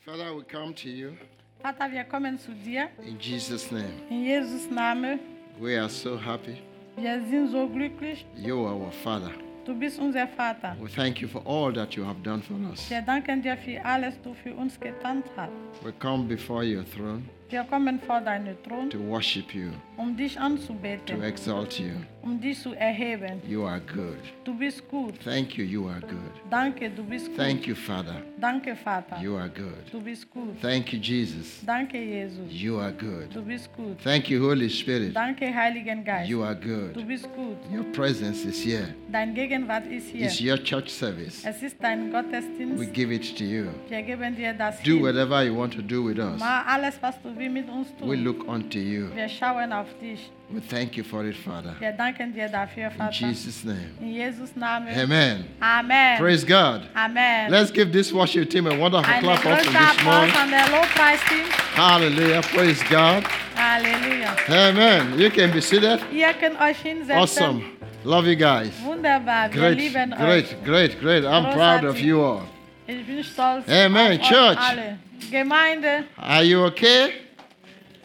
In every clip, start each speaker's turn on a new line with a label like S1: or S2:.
S1: Father, we come to you
S2: Vater, wir kommen zu dir
S1: in Jesus' name.
S2: in Jesus Namen.
S1: We are so happy.
S2: Wir sind so glücklich.
S1: You are our Father.
S2: Du bist unser Vater.
S1: We thank you for all that you have done for us.
S2: Wir danken dir für alles, du für uns getan hast.
S1: We come before your throne
S2: Wir kommen vor deinen Thron,
S1: to worship you,
S2: um dich
S1: to
S2: anzubeten,
S1: exalt you.
S2: um dich zu erheben.
S1: You are good.
S2: Du bist gut.
S1: Thank you, you are good.
S2: Danke, du bist gut.
S1: Thank you, Father.
S2: Danke, Vater.
S1: You are good.
S2: Du bist gut.
S1: Thank you, Jesus.
S2: Danke, Jesus.
S1: You are
S2: Du
S1: good.
S2: bist gut.
S1: Thank you, Holy Spirit.
S2: Danke, Heiligen Geist.
S1: You are
S2: Du
S1: good.
S2: bist gut.
S1: Your presence is here.
S2: Dein Gegenwart ist hier.
S1: It's your church service.
S2: Es ist dein
S1: We
S2: Gottesdienst.
S1: give it to you.
S2: Wir geben dir das
S1: Do
S2: hin.
S1: whatever you want to do with us.
S2: Mach alles, was du willst mit uns
S1: We
S2: tun.
S1: look unto you.
S2: Wir schauen auf dich.
S1: We thank you for it, Father.
S2: Wir danken dir dafür,
S1: In
S2: Vater.
S1: Jesus' name.
S2: In Jesus' Namen.
S1: Amen.
S2: Amen.
S1: Praise God.
S2: Amen.
S1: Let's give this worship team a wonderful
S2: Einen
S1: clap offering
S2: großen
S1: this morning.
S2: Applaus an der Lobpreisteam.
S1: Hallelujah. Praise God.
S2: Halleluja.
S1: Amen. You can be seated.
S2: Ihr könnt euch hinsetzen.
S1: Awesome. Love you guys.
S2: Wunderbar. Wir
S1: Great,
S2: lieben euch.
S1: great, great, great. I'm proud of you all.
S2: Ich bin stolz
S1: Amen.
S2: auf
S1: Church.
S2: euch alle. Gemeinde,
S1: Are you okay?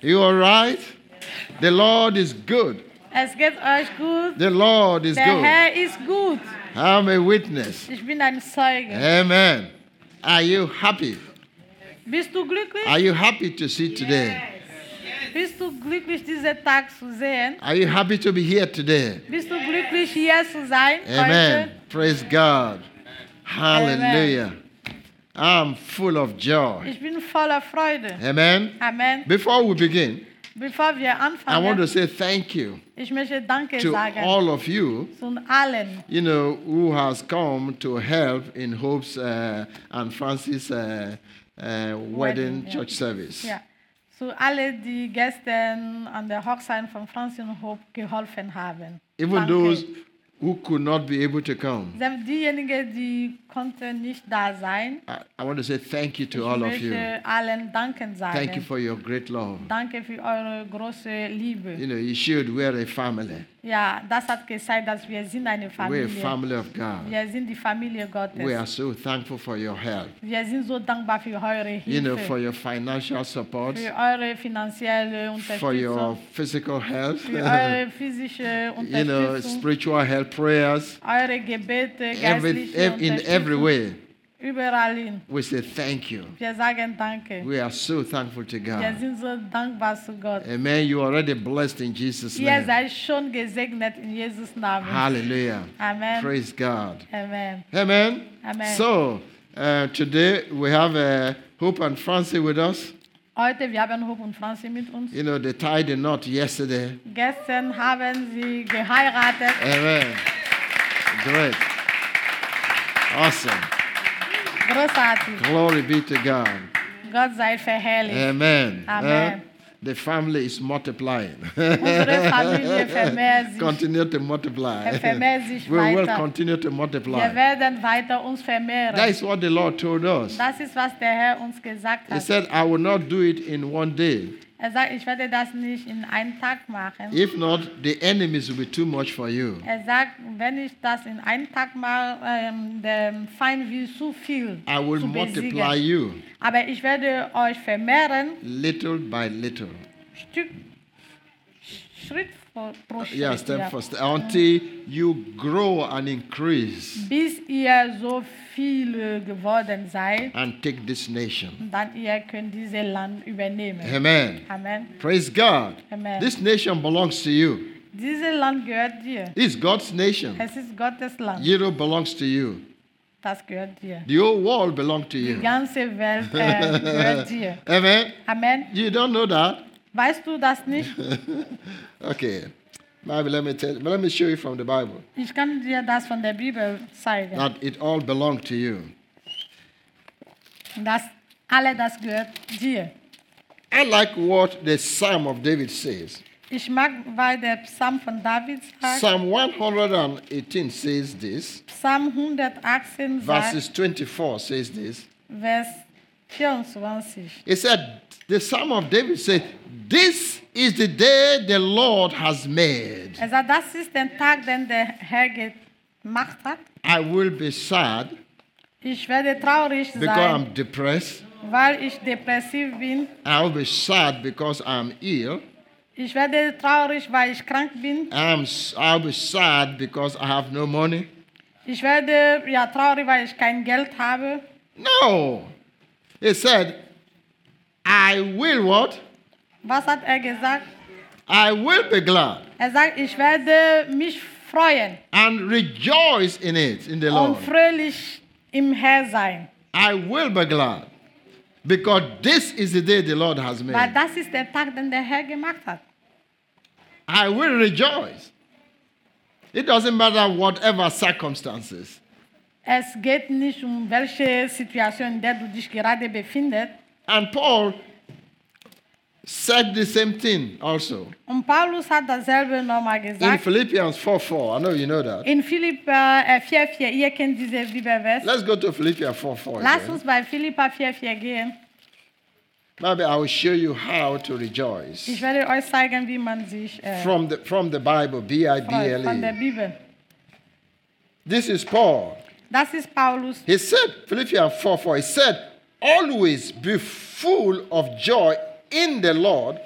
S1: You all right? The Lord is good.
S2: es geht euch gut.
S1: The Lord is
S2: Der
S1: good.
S2: Herr ist gut.
S1: I'm a witness.
S2: Ich bin ein Zeuge.
S1: Amen. Are you happy?
S2: Bist du glücklich?
S1: Are you happy to see today?
S2: Bist du glücklich, diesen Tag zu sehen?
S1: Are you happy to be here today?
S2: Bist du glücklich, hier zu sein?
S1: Amen.
S2: Heute?
S1: Praise God. Hallelujah. I'm full of joy.
S2: Ich bin voller Freude.
S1: Amen.
S2: Amen.
S1: Before we begin,
S2: Bevor wir
S1: I want to
S2: anfangen,
S1: say thank you
S2: ich möchte Danke
S1: to
S2: sagen
S1: all of you,
S2: zu allen,
S1: you know, who has come to help in Hope's uh, and Francis' uh, uh, wedding
S2: Wedding, yeah.
S1: church service.
S2: ja, zu allen, die gestern an der Hochzeit von Franz und Hope geholfen haben.
S1: Even
S2: Danke.
S1: those who could not be able to come,
S2: Selbst diejenigen, die konnten nicht da sein,
S1: I, I want to say thank you
S2: ich
S1: to all of you.
S2: möchte allen danken sagen.
S1: Thank you for your great love.
S2: Danke für eure große Liebe.
S1: You know, you should. We're a family.
S2: Ja, das hat gezeigt, dass wir sind eine
S1: We're a
S2: Familie.
S1: family of God.
S2: Wir sind die Familie Gottes.
S1: We are so thankful for your help.
S2: Wir sind so dankbar für eure Hilfe,
S1: You know, for your financial support,
S2: für eure finanzielle
S1: for your
S2: Unterstützung,
S1: physical health,
S2: für eure physische
S1: you know,
S2: Unterstützung,
S1: spiritual health, prayers,
S2: eure Gebete,
S1: every,
S2: geistliche
S1: ev- in every
S2: Unterstützung,
S1: way.
S2: überall hin.
S1: We say thank you.
S2: Wir sagen Danke.
S1: We are so thankful to
S2: Wir
S1: God.
S2: sind so dankbar zu Gott.
S1: Amen. You already blessed in Jesus'
S2: Ihr
S1: name.
S2: seid schon gesegnet in Jesus Namen.
S1: Hallelujah.
S2: Amen.
S1: Praise God.
S2: Amen.
S1: Amen.
S2: Amen.
S1: So uh, today we have uh, Hope and Francie with us.
S2: Heute, wir haben Hope und Franzi mit uns.
S1: You know, they tied the knot yesterday.
S2: Gestern haben sie geheiratet.
S1: Amen. Great. Awesome.
S2: Großartig.
S1: Glory be to God.
S2: Gott sei verherrlicht.
S1: Amen.
S2: Amen.
S1: Eh? the family is multiplying.
S2: Unsere Familie vermehrt sich.
S1: continue to multiply.
S2: Er vermehrt sich
S1: we will
S2: weiter.
S1: continue to
S2: Wir
S1: multiply.
S2: werden weiter uns
S1: That
S2: vermehren.
S1: is what the Lord told us.
S2: Das ist, was der Herr uns gesagt
S1: He
S2: hat.
S1: said, I will not do it in one day.
S2: Er sagt, ich werde das nicht in einem Tag machen.
S1: If not, the enemies will be too much for you.
S2: Er sagt, wenn ich das in einem Tag mache, ähm, dem Feind wird zu viel
S1: I will
S2: zu
S1: multiply
S2: besiegen.
S1: you
S2: Aber ich werde euch vermehren,
S1: little by little.
S2: Stück, Schritt vor- pro Schritt,
S1: Yeah, step
S2: ja.
S1: for step. Until you grow and increase
S2: bis ihr so viele geworden seid,
S1: and take this nation.
S2: dann ihr könnt dieses Land übernehmen.
S1: Amen.
S2: Amen.
S1: Praise God.
S2: Amen.
S1: This nation belongs to you.
S2: Dieses Land gehört dir.
S1: It's God's nation.
S2: Es ist Gottes Land.
S1: Europe belongs to you.
S2: Das gehört dir.
S1: The whole world belongs to
S2: Die
S1: you.
S2: ganze Welt äh, gehört dir.
S1: Amen.
S2: Amen.
S1: You don't know that?
S2: Weißt du das nicht?
S1: Okay. Maybe let me tell let me show you from the Bible
S2: Ich kann dir das von der Bibel zeigen.
S1: that it all belongs to you.
S2: Das, alle das gehört dir.
S1: I like what the Psalm of David says.
S2: Ich mag, weil der Psalm von David sagt,
S1: Psalm 118 says this.
S2: Psalm 118 sagt,
S1: Verses 24 says this.
S2: Vers 24.
S1: He said, the Psalm of David said, This is the day the Lord has made.
S2: Er sagt, Also das ist der Tag, den der Herr gemacht hat.
S1: I will be sad
S2: Ich werde traurig
S1: because
S2: sein,
S1: I'm depressed.
S2: weil ich depressiv bin.
S1: I'll be sad because I'm ill.
S2: Ich werde traurig, weil ich krank bin.
S1: I'm, s- I'll be sad because I have no money.
S2: Ich werde ja traurig, weil ich kein Geld habe.
S1: No. He said, I will what?
S2: Was hat er gesagt?
S1: I will be glad
S2: Er sagt, ich werde mich freuen
S1: and rejoice in it, in the
S2: und
S1: Lord.
S2: fröhlich im Herr sein.
S1: I will be glad because this is the day the Lord has made.
S2: Weil das ist der Tag, den der Herr gemacht hat.
S1: I will rejoice. It doesn't matter whatever circumstances.
S2: Es geht nicht um welche Situation, in der du dich gerade befindest.
S1: And Paul said the same thing also
S2: Und Paulus hat dasselbe nochmal
S1: in
S2: gesagt.
S1: Philippians 4 4. I know you know that.
S2: In Philippa äh, 4,4, ihr kennt diese Bibelvers.
S1: Let's go to Philippians 4 4.
S2: Lass uns bei Philippa 4,4 gehen.
S1: Maybe I will show you how to
S2: Ich
S1: rejoice
S2: werde euch zeigen, wie man sich äh,
S1: from the, from the Bible, B I B
S2: freut von
S1: L E.
S2: der Bibel.
S1: This is Paul.
S2: Das ist Paulus.
S1: He said, Philippians 4 4, he said, Always be full of joy in the Lord.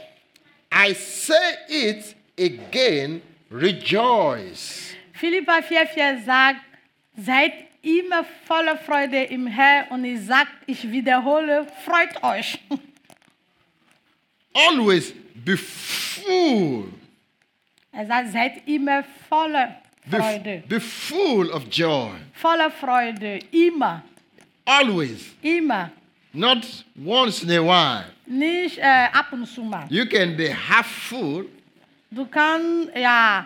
S1: I say it again, rejoice.
S2: Philippa 4,4 sagt, seid immer voller Freude im Herr. Und ich sage, ich wiederhole, freut euch.
S1: Always be full.
S2: Er sagt, seid immer voller
S1: Be,
S2: Freude.
S1: be full of joy.
S2: Voller Freude. Immer.
S1: Always.
S2: Immer.
S1: Not once in a while.
S2: Nicht äh, ab und zu mal.
S1: You can be half full,
S2: Du kannst ja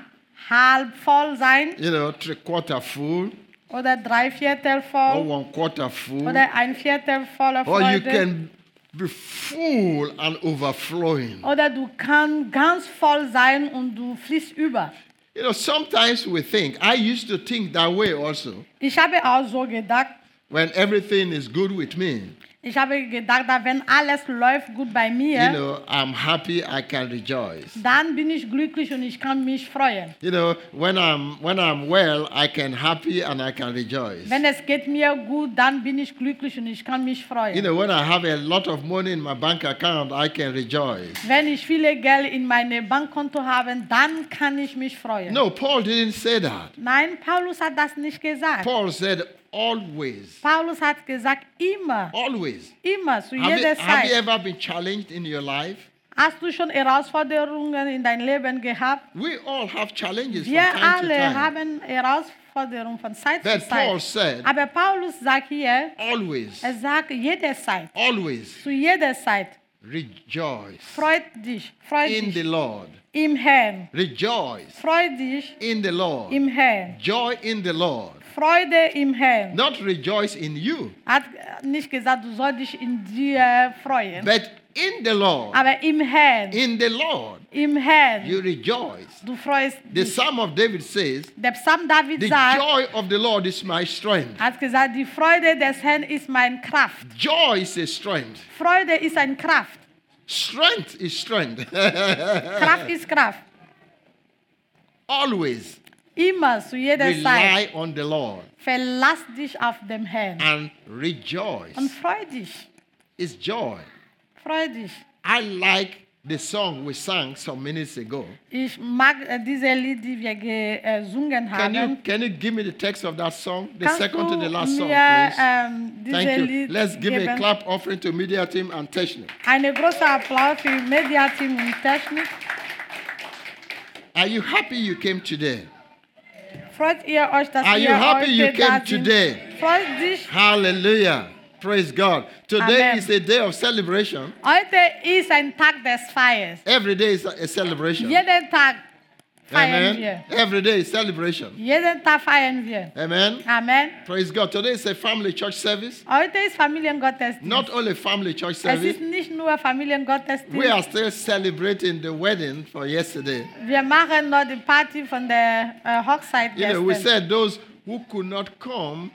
S2: halb voll sein
S1: you know, three quarter full,
S2: oder drei Viertel
S1: or
S2: voll
S1: one quarter full.
S2: oder ein Viertel voller
S1: Or Oh, you
S2: Freude.
S1: can be full and overflowing.
S2: Oder du kannst ganz voll sein und du fließt über.
S1: You know, sometimes we think, I used to think that way also.
S2: Ich habe auch so gedacht.
S1: When everything is good with me,
S2: Ich habe gedacht, dass wenn alles läuft gut bei
S1: you
S2: mir,
S1: know, I'm happy, I can rejoice.
S2: dann bin ich glücklich und ich kann mich freuen.
S1: You know, when I'm when I'm well, I can happy and I can rejoice.
S2: Wenn es geht mir gut, dann bin ich glücklich und ich kann mich
S1: You
S2: freuen.
S1: know, when I have a lot of money in my bank account, I can rejoice.
S2: Wenn ich viele Geld in meinem Bankkonto habe, dann kann ich mich freuen.
S1: No, Paul didn't say that.
S2: Nein, Paulus hat das nicht gesagt.
S1: Paul said always.
S2: Paulus hat gesagt, immer,
S1: Always.
S2: immer, zu
S1: Have you,
S2: jeder
S1: have you
S2: Zeit.
S1: ever been challenged in your life?
S2: Hast du schon Herausforderungen in dein Leben gehabt?
S1: We all have challenges
S2: Wir
S1: from time to
S2: alle
S1: time.
S2: haben Herausforderungen von Zeit zu
S1: But Paul
S2: Zeit.
S1: said,
S2: Aber Paulus sagt hier,
S1: always,
S2: er sagt jederzeit,
S1: always
S2: zu jeder Zeit,
S1: rejoice
S2: freut dich, freut
S1: in the
S2: dich
S1: Lord.
S2: im Herrn.
S1: Rejoice
S2: Freut dich
S1: in the Lord.
S2: im Herrn.
S1: Joy in the Lord.
S2: Freude im Herrn.
S1: Not rejoice in you,
S2: Hat nicht gesagt, du sollst dich in dir freuen.
S1: but in the Lord.
S2: Aber im Herrn,
S1: In the Lord,
S2: im Herrn,
S1: you rejoice.
S2: du freust
S1: The
S2: dich.
S1: Psalm of David says,
S2: Der Psalm Ah. David
S1: The
S2: sagt,
S1: joy of the Lord is my strength.
S2: hat gesagt, die Freude des Herrn ist meine Kraft.
S1: Joy is a strength.
S2: Freude ist eine Kraft.
S1: Strength is strength.
S2: Kraft ist Kraft.
S1: always
S2: Immer, zu jeder Zeit.
S1: rely on the Lord
S2: Verlass dich auf den Herrn
S1: and
S2: und
S1: rejoice.
S2: freu dich.
S1: It's joy.
S2: Freu dich.
S1: I like the song we sang some minutes ago.
S2: Ich mag äh, diese Lied, die wir gesungen
S1: Can you
S2: haben.
S1: can you give me the text of that song? The
S2: Kannst
S1: second
S2: du
S1: to the last song,
S2: mir
S1: please.
S2: ähm, diese
S1: Thank you.
S2: Lied
S1: Let's give a
S2: geben?
S1: clap offering to media team and Technic.
S2: Einen großen Applaus für Mediateam und Technik.
S1: Are you happy you came today?
S2: Freut ihr euch, dass
S1: Are
S2: ihr
S1: you happy you
S2: heute da
S1: came
S2: sind?
S1: today?
S2: Freut dich.
S1: Hallelujah. Praise God. Today
S2: Amen.
S1: is a day of celebration.
S2: Heute ist ein Tag des Feiers.
S1: Every day is a a celebration.
S2: Jeden Tag feiern
S1: Amen.
S2: wir.
S1: Every day is celebration.
S2: Jeden Tag feiern wir.
S1: Amen.
S2: Amen.
S1: Praise God. Today is a family church service.
S2: Heute ist Familiengottesdienst.
S1: Not only family church
S2: es
S1: service.
S2: ist nicht nur Familiengottesdienst.
S1: We are still celebrating the wedding for yesterday.
S2: wir machen noch die Party von der äh, Hochzeit
S1: You know, we
S2: gestern.
S1: said those who could not come,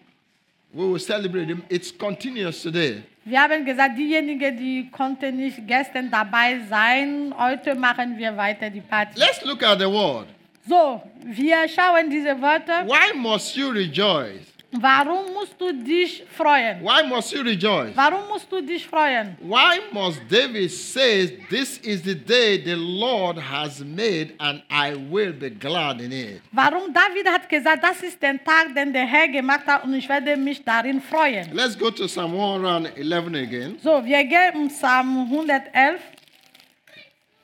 S1: we will celebrate them. It's continuous today.
S2: Wir haben gesagt, diejenigen, die konnten nicht gestern dabei sein, heute machen wir weiter die Party.
S1: Let's look at the word.
S2: so, wir schauen diese Wörter.
S1: Why must you rejoice?
S2: Warum musst du dich freuen?
S1: Why must you rejoice?
S2: Warum musst du dich freuen?
S1: Why must David say, This is the day the Lord has made, and I will be glad in it?
S2: Warum David hat gesagt, das ist der Tag, den der Herr gemacht hat und ich werde mich darin freuen.
S1: Let's go to Psalm 111 again,
S2: So, wir gehen um Psalm 111,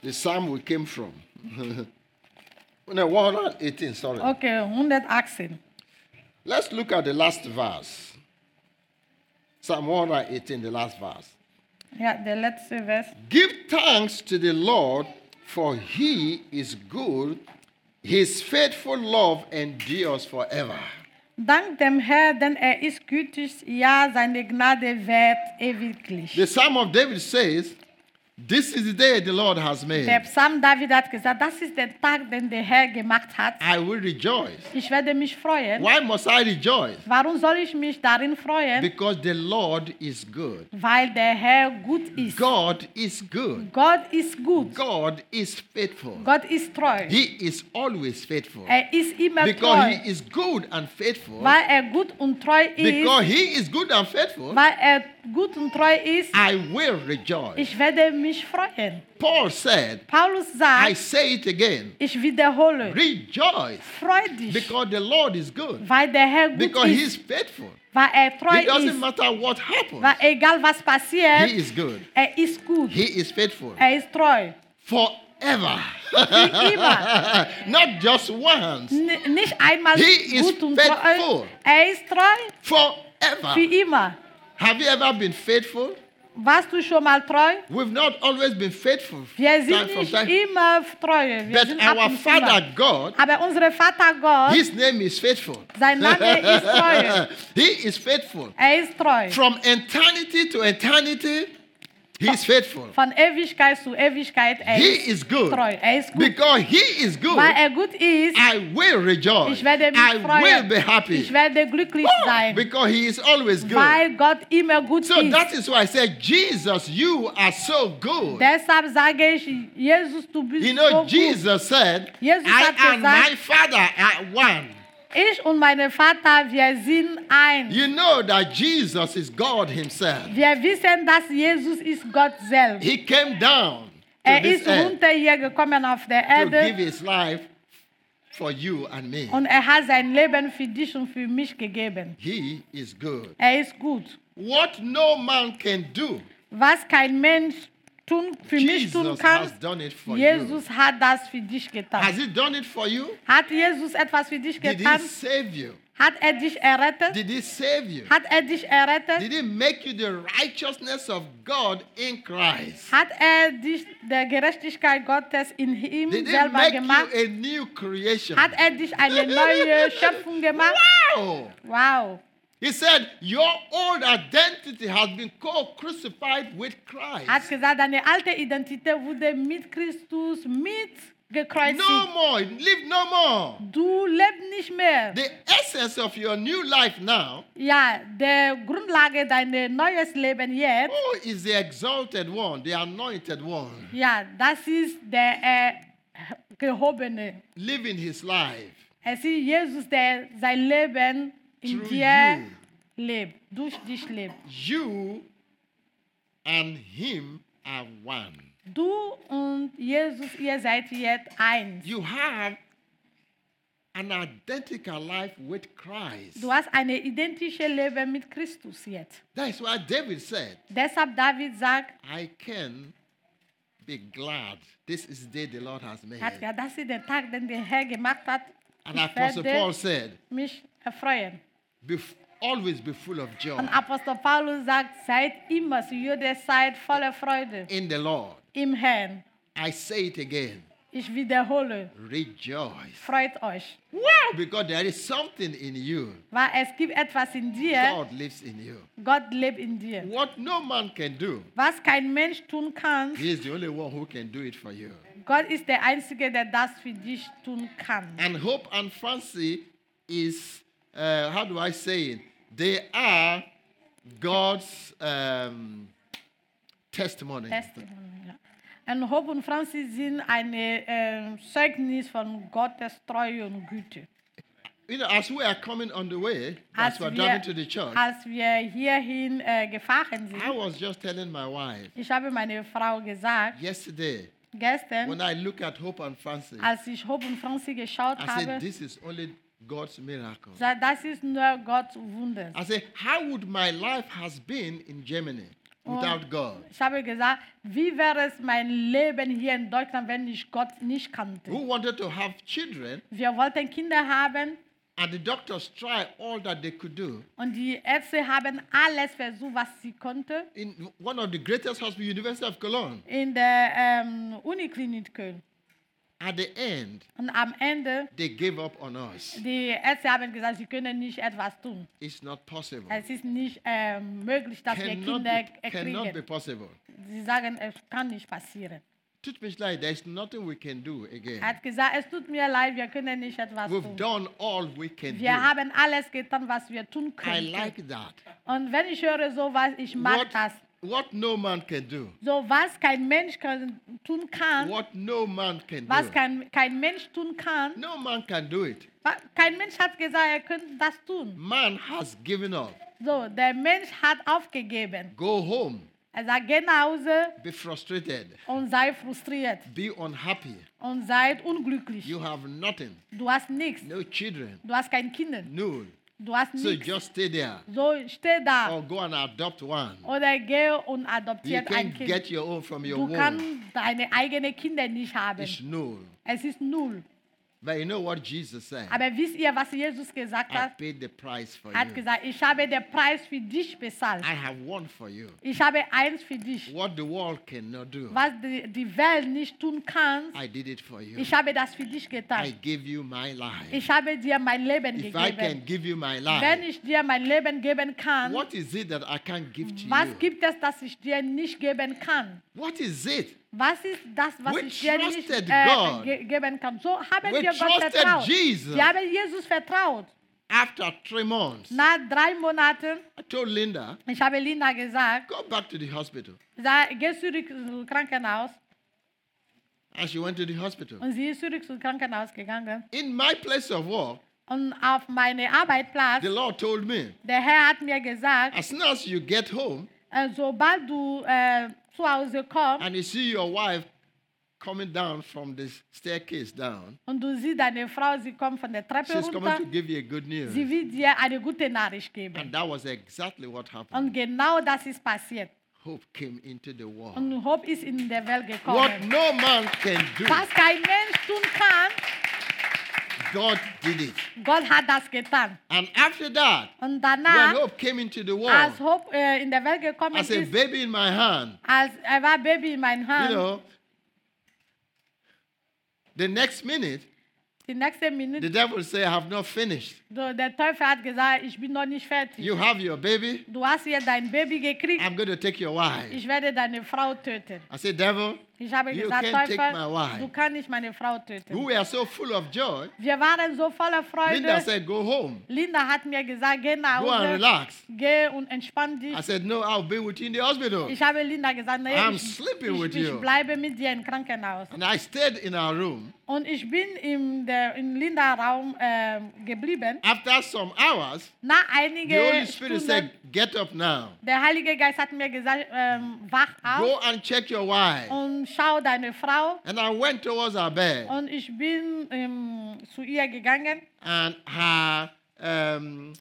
S1: the psalm we came from. no, 118, sorry.
S2: okay, 118.
S1: Let's look at the last verse. Psalm 118, the last verse.
S2: Ja, der letzte Vers.
S1: Give thanks to the Lord, for he is good. His faithful love endures forever.
S2: Dank dem Herrn, denn er ist gütig, ja, seine Gnade währt ewiglich.
S1: The Psalm of David says, This is the day the Lord has
S2: Der
S1: made.
S2: Psalm David hat gesagt, das ist der Tag, den der Herr gemacht hat.
S1: I will rejoice.
S2: Ich werde mich freuen.
S1: Why must I rejoice?
S2: Warum soll ich mich darin freuen?
S1: Because the Lord is good.
S2: Weil der Herr gut ist.
S1: God is good.
S2: Gott ist gut.
S1: God is faithful.
S2: Gott ist treu.
S1: He is always faithful.
S2: Er ist immer
S1: Because
S2: treu.
S1: he is good and faithful.
S2: Weil er gut und treu ist,
S1: Because he is good and faithful,
S2: weil er gut und treu ist,
S1: I will rejoice.
S2: ich werde mich freuen.
S1: Paul said,
S2: Paulus
S1: I
S2: sagt,
S1: say it again.
S2: ich wiederhole,
S1: Rejoice
S2: freu dich,
S1: because the Lord is good.
S2: weil der Herr gut
S1: Because
S2: ist.
S1: he's faithful.
S2: Weil er
S1: It
S2: treu
S1: doesn't
S2: ist.
S1: matter what happens.
S2: Weil egal was
S1: He
S2: passiert,
S1: is good.
S2: er ist gut.
S1: He is faithful.
S2: Er ist treu.
S1: Forever.
S2: Wie immer.
S1: Not just once.
S2: N nicht einmal
S1: He is
S2: gut und treu.
S1: faithful. Ah.
S2: Er ist treu
S1: Forever.
S2: für immer.
S1: Have you ever been faithful?
S2: Warst du schon mal treu?
S1: We've not always been faithful.
S2: Wir
S1: time
S2: sind
S1: from
S2: nicht
S1: time.
S2: immer treu. Wir
S1: But
S2: sind ab
S1: our
S2: und zu mal.
S1: Father God,
S2: Aber unser Vater Gott,
S1: His name is faithful.
S2: sein Name ist treu.
S1: He is faithful.
S2: Er ist treu.
S1: From eternity to eternity, He is faithful.
S2: Von Ewigkeit zu Ewigkeit. Er ist
S1: He is good.
S2: treu. Er ist gut.
S1: Because He is good,
S2: Weil er gut ist,
S1: I will rejoice.
S2: ich werde mich
S1: I
S2: freuen.
S1: will be
S2: Ich
S1: happy.
S2: werde glücklich
S1: Oh,
S2: sein.
S1: Because He is always good.
S2: Weil Gott immer gut
S1: So
S2: ist.
S1: that is why I said, Jesus, you are so good.
S2: Deshalb sage ich, Jesus, du bist
S1: You know,
S2: so gut.
S1: Jesus said,
S2: Jesus
S1: I
S2: hat
S1: and
S2: gesagt-
S1: my Father are one.
S2: Ich und mein Vater, wir sind eins.
S1: You know that Jesus is God Himself.
S2: Wir wissen, dass Jesus ist Gott selbst.
S1: He came down to
S2: er
S1: this
S2: ist
S1: earth
S2: runter hier gekommen auf
S1: to
S2: der
S1: give
S2: Erde
S1: His life for you and me.
S2: und er hat sein Leben für dich und für mich gegeben.
S1: He is good.
S2: Er ist gut.
S1: What no man can do,
S2: Was kein Mensch tun, für mich tun
S1: Jesus has
S2: kann,
S1: done it for you.
S2: Jesus hat das für dich
S1: Has
S2: getan.
S1: He done it for you?
S2: Hat Jesus etwas für dich
S1: Did
S2: getan?
S1: He save you?
S2: Hat er dich errettet?
S1: Did He save you?
S2: Hat er dich errettet?
S1: Did He make you the righteousness of God in Christ?
S2: Hat er dich der Gerechtigkeit Gottes in ihm
S1: Did it
S2: selber
S1: make
S2: gemacht?
S1: you a new creation?
S2: Hat er dich eine neue Schöpfung gemacht?
S1: Wow!
S2: Wow.
S1: He said, Your old identity has been co crucified with
S2: Hat
S1: Christ.
S2: gesagt, deine alte Identität wurde mit Christus mitgekreuzigt.
S1: No more, live no more.
S2: Du lebst nicht mehr.
S1: The essence of your new life now
S2: Ja, die Grundlage deines neues Leben jetzt,
S1: oh, is the exalted one, the anointed one,
S2: ja, das ist der äh, Gehobene.
S1: living his life
S2: Es ist Jesus, der sein Leben in
S1: Through
S2: dir lebt, durch dich lebt.
S1: You and him are one.
S2: Du und Jesus, ihr seid jetzt eins.
S1: You have an identical life with Christ.
S2: Du hast eine identische Leben mit Christus jetzt.
S1: That's why David said,
S2: Deshalb David sagt,
S1: I can be glad. This is the day the Lord has made.
S2: hat gesagt, das ist der Tag, den der Herr gemacht hat.
S1: And
S2: Ich
S1: Apostle Paul
S2: werde
S1: said,
S2: mich erfreuen.
S1: be, f- always be full of joy
S2: Und Apostel Paulus sagt, seid immer zu jeder Zeit voller Freude
S1: in the Lord.
S2: im Herrn.
S1: I say it again.
S2: Ich wiederhole,
S1: Rejoice.
S2: freut euch,
S1: Wow! Because there is something in you.
S2: weil es gibt etwas in dir,
S1: God lives in you.
S2: Gott lebt in dir.
S1: What no man can do,
S2: Was kein Mensch tun kann,
S1: He is the only one who can do it for you.
S2: Gott ist der Einzige, der das für dich tun kann.
S1: And hope and fancy is, uh, how do I say it? They are God's um, testimony.
S2: Testimony, ja. Und Hob und Francis sind ein äh, Zeugnis von Gottes Treue und Güte.
S1: You know, as we are coming on the way, as
S2: Als
S1: we're
S2: wir,
S1: driving to the church,
S2: als wir hierhin äh,
S1: I
S2: gefahren sind,
S1: was just telling my wife
S2: ich habe meine Frau gesagt,
S1: yesterday when
S2: gestern,
S1: I look at Hope and Francis,
S2: als ich Hope und Franzi geschaut
S1: I said,
S2: habe,
S1: This is only God's miracle.
S2: sa- das ist nur Gottes Wunder.
S1: I said, How would my life has been in Germany without God?
S2: Ich habe gesagt, wie wäre es mein Leben hier in Deutschland, wenn ich Gott nicht kannte?
S1: Who wanted to have children,
S2: Wir wollten Kinder haben
S1: and the doctors tried all that they could do.
S2: und die Ärzte haben alles versucht, was sie konnten.
S1: In one of the greatest hospitals, University of Cologne,
S2: in der ähm, Uniklinik Köln.
S1: at the end,
S2: Und am Ende,
S1: they gave up on us.
S2: die Ärzte haben gesagt, sie können nicht etwas tun.
S1: It's not possible.
S2: Es ist nicht ähm, möglich, dass wir
S1: Cannot
S2: Kinder
S1: be, cannot be
S2: kriegen.
S1: possible.
S2: Sie sagen, es kann nicht passieren.
S1: Tut me leid, there's nothing we can do
S2: Er
S1: again.
S2: hat gesagt, es tut mir leid, wir können nicht etwas
S1: We've
S2: tun.
S1: done all we can do.
S2: Wir haben alles getan, was wir tun
S1: I
S2: können.
S1: like that.
S2: Und wenn ich höre sowas, ich mag
S1: What,
S2: das.
S1: what no man can do.
S2: So was kein Mensch kann, tun kann,
S1: What no man can
S2: was
S1: do.
S2: kein, kein Mensch tun kann,
S1: No man can do it.
S2: wa- kein Mensch hat gesagt, er könnte das tun.
S1: Man has given up.
S2: So, der Mensch hat aufgegeben.
S1: Go home.
S2: Er sagt, geh nach Hause
S1: Be frustrated.
S2: und sei frustriert
S1: Be unhappy.
S2: und seid unglücklich.
S1: You have nothing.
S2: Du hast nichts.
S1: No children.
S2: Du hast kein Kind.
S1: No.
S2: Du hast
S1: So
S2: nichts.
S1: just stay there.
S2: So, steh da
S1: Or go and adopt one.
S2: oder geh und
S1: You
S2: adoptiert ein
S1: can't
S2: Kind.
S1: get your own from your
S2: Du
S1: womb.
S2: kannst deine eigenen Kinder nicht haben.
S1: It's no.
S2: Es ist null.
S1: But you know what Jesus said?
S2: Aber wisst ihr, was Jesus gesagt
S1: I
S2: hat?
S1: paid the price for
S2: Er hat
S1: you.
S2: gesagt, ich habe den Preis für dich bezahlt.
S1: I have won for you.
S2: Ich habe eins für dich.
S1: What the world cannot do,
S2: Was die, die Welt nicht tun kann,
S1: I did it for you.
S2: ich habe das für dich getan.
S1: I give you my life.
S2: Ich habe dir mein Leben
S1: Ah, If I can
S2: gegeben.
S1: give you my
S2: Wenn
S1: life,
S2: ich dir mein Leben geben kann,
S1: what is it that I can't give to
S2: was
S1: you?
S2: gibt es, das ich dir nicht geben kann?
S1: What is it?
S2: Was ist das, was
S1: We
S2: ich dir nicht
S1: trusted
S2: äh,
S1: God.
S2: ge geben kann? So haben
S1: We
S2: wir Gott
S1: trusted
S2: vertraut.
S1: Jesus.
S2: Wir haben Jesus vertraut.
S1: After three months,
S2: Nach drei Monaten,
S1: I told Linda,
S2: ich habe Linda gesagt,
S1: go back to the hospital.
S2: sag, geh zurück zum Krankenhaus.
S1: And she went to the hospital.
S2: Und sie ist zurück zum Krankenhaus gegangen.
S1: In my place of work,
S2: Und auf meine Arbeitsplatz,
S1: the Lord told me,
S2: der Herr hat mir gesagt,
S1: as soon as you get home
S2: äh, sobald du äh, zu Hause kommst,
S1: and you see your wife coming down from the staircase down,
S2: Und du siehst deine Frau, sie kommt von der Treppe
S1: she's coming
S2: runter.
S1: to give you good
S2: Sie
S1: news.
S2: will dir eine gute Nachricht
S1: And
S2: geben.
S1: that was exactly what happened.
S2: Und genau das ist passiert.
S1: Hope came into the world.
S2: Und Hope ist in der Welt
S1: What
S2: gekommen.
S1: no man can do,
S2: Was kein Mensch tun kann,
S1: God did it.
S2: Gott hat das getan.
S1: And after that,
S2: Und
S1: when
S2: danach,
S1: hope came into the
S2: als
S1: world,
S2: Hope äh, in der Welt gekommen
S1: oh, as a
S2: ist,
S1: baby in my hand,
S2: als er war Baby in meinen
S1: you
S2: Hand,
S1: know, the next minute,
S2: die nächste
S1: the
S2: Minute,
S1: devil say, I have not finished.
S2: so der Teufel hat gesagt, ich bin noch nicht fertig.
S1: You have your baby,
S2: Du hast hier dein Baby gekriegt,
S1: I'm going to take your wife.
S2: ich werde deine Frau töten.
S1: I say, devil,
S2: Ich habe
S1: You
S2: gesagt,
S1: can't take my
S2: Teufel,
S1: wife.
S2: du kannst nicht meine Frau töten.
S1: who were so full of joy,
S2: Wir waren so voller Freude.
S1: Linda said, go home,
S2: Linda hat mir gesagt, geh nach
S1: go and
S2: Hause,
S1: relax.
S2: geh und entspann dich.
S1: I said, no, I'll be with you in the hospital.
S2: Ich habe Linda gesagt, nee,
S1: I'm
S2: ich,
S1: sleeping with
S2: ich,
S1: you.
S2: ich bleibe mit dir im Krankenhaus.
S1: And I stayed in our room.
S2: Und ich bin in, der, in Linda Raum ähm, geblieben.
S1: After some hours,
S2: Nach
S1: the Holy
S2: einigen
S1: Spirit
S2: Stunden,
S1: said, get up now.
S2: der Heilige Geist hat mir gesagt, ähm, wach auf
S1: Go and check your wife.
S2: und schau deine Frau.
S1: And I went towards her bed,
S2: Und ich bin ähm, zu ihr gegangen
S1: and her um,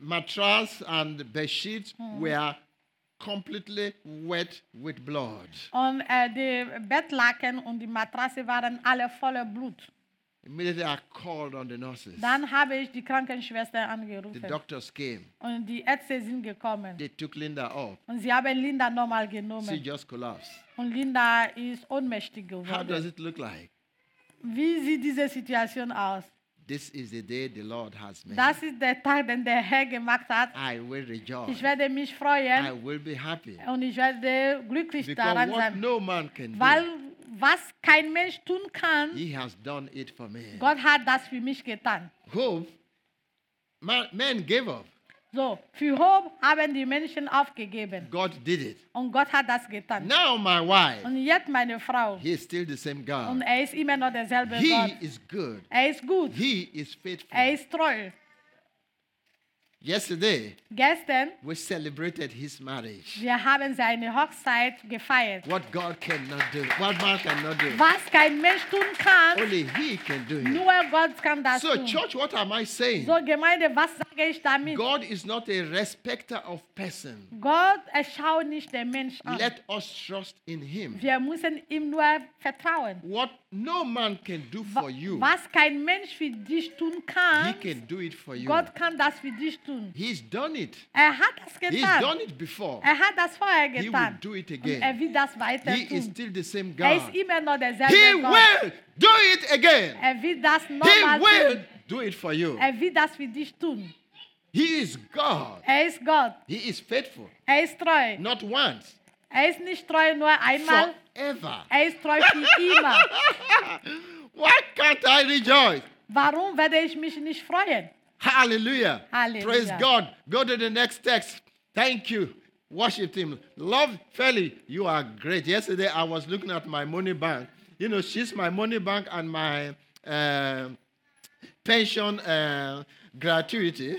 S1: mattress and bed sheets were completely wet with blood.
S2: und äh, die Bettlaken und die Matratze waren alle voller Blut.
S1: Immediately, I called on the nurses.
S2: Dann habe ich die Krankenschwester
S1: The
S2: angerufen.
S1: doctors came.
S2: Und die Ärzte sind gekommen.
S1: They took Linda up.
S2: Und sie haben Linda nochmal
S1: She
S2: genommen.
S1: just collapsed.
S2: Und Linda ist ohnmächtig
S1: How does
S2: geworden.
S1: it look like?
S2: Wie sieht diese Situation aus?
S1: This is the day the Lord has made.
S2: Das ist der Tag, den der Herr gemacht hat.
S1: I will
S2: Ich
S1: rejoice.
S2: werde mich
S1: I
S2: freuen
S1: will be happy.
S2: und ich werde glücklich
S1: Because
S2: daran
S1: what
S2: sein.
S1: no man can
S2: Weil
S1: do,
S2: was kein Mensch tun kann,
S1: He has done it for me.
S2: Gott hat das für mich getan.
S1: Hope, man, men gave up.
S2: So, für Hob haben die Menschen aufgegeben.
S1: God did it.
S2: Und Gott hat das getan.
S1: Now my wife,
S2: Und jetzt meine Frau.
S1: he is still the same
S2: Und
S1: God.
S2: er ist immer noch derselbe
S1: He
S2: Gott.
S1: is good.
S2: Er ist gut.
S1: He is faithful.
S2: Er ist treu.
S1: Yesterday,
S2: Gestern,
S1: we celebrated his marriage.
S2: wir haben seine Hochzeit gefeiert.
S1: What God cannot do, what man cannot do,
S2: Was kein Mensch tun kann,
S1: only he can do it.
S2: nur Gott kann das
S1: Oh So,
S2: tun.
S1: church, what am I saying?
S2: So Gemeinde, was sage ich damit?
S1: God is not a respecter of person.
S2: Gott, er schaut nicht den Mensch an.
S1: Let us trust in him.
S2: Wir müssen ihm nur vertrauen.
S1: What no man can do
S2: Wa-
S1: for you,
S2: Was kein Mensch für dich tun
S1: he
S2: kann,
S1: can do it for you.
S2: Gott kann das für dich tun.
S1: He's done it.
S2: Er hat das
S1: He's
S2: getan.
S1: done it before.
S2: Er hat das vorher
S1: He will
S2: getan.
S1: do it
S2: Und er
S1: again.
S2: wird das weiter
S1: He is
S2: tun.
S1: still the same
S2: Er ist
S1: God.
S2: immer noch
S1: He
S2: derselbe Gott.
S1: will do it again.
S2: Er wird das
S1: He
S2: nochmal
S1: will
S2: tun.
S1: do it for you.
S2: Er wird das für dich tun.
S1: He is God.
S2: Er ist Gott.
S1: He is faithful.
S2: Er ist treu.
S1: Not once,
S2: Er ist nicht treu nur einmal.
S1: forever.
S2: Er ist treu für immer.
S1: Why can't I rejoice?
S2: Warum werde ich mich nicht freuen?
S1: Hallelujah.
S2: Hallelujah.
S1: Praise God. Go to the next text. Thank you. Worship Him. Love Feli, you are great. Yesterday I was looking at my money bank. You know, she's my money bank and my uh, pension uh, gratuity.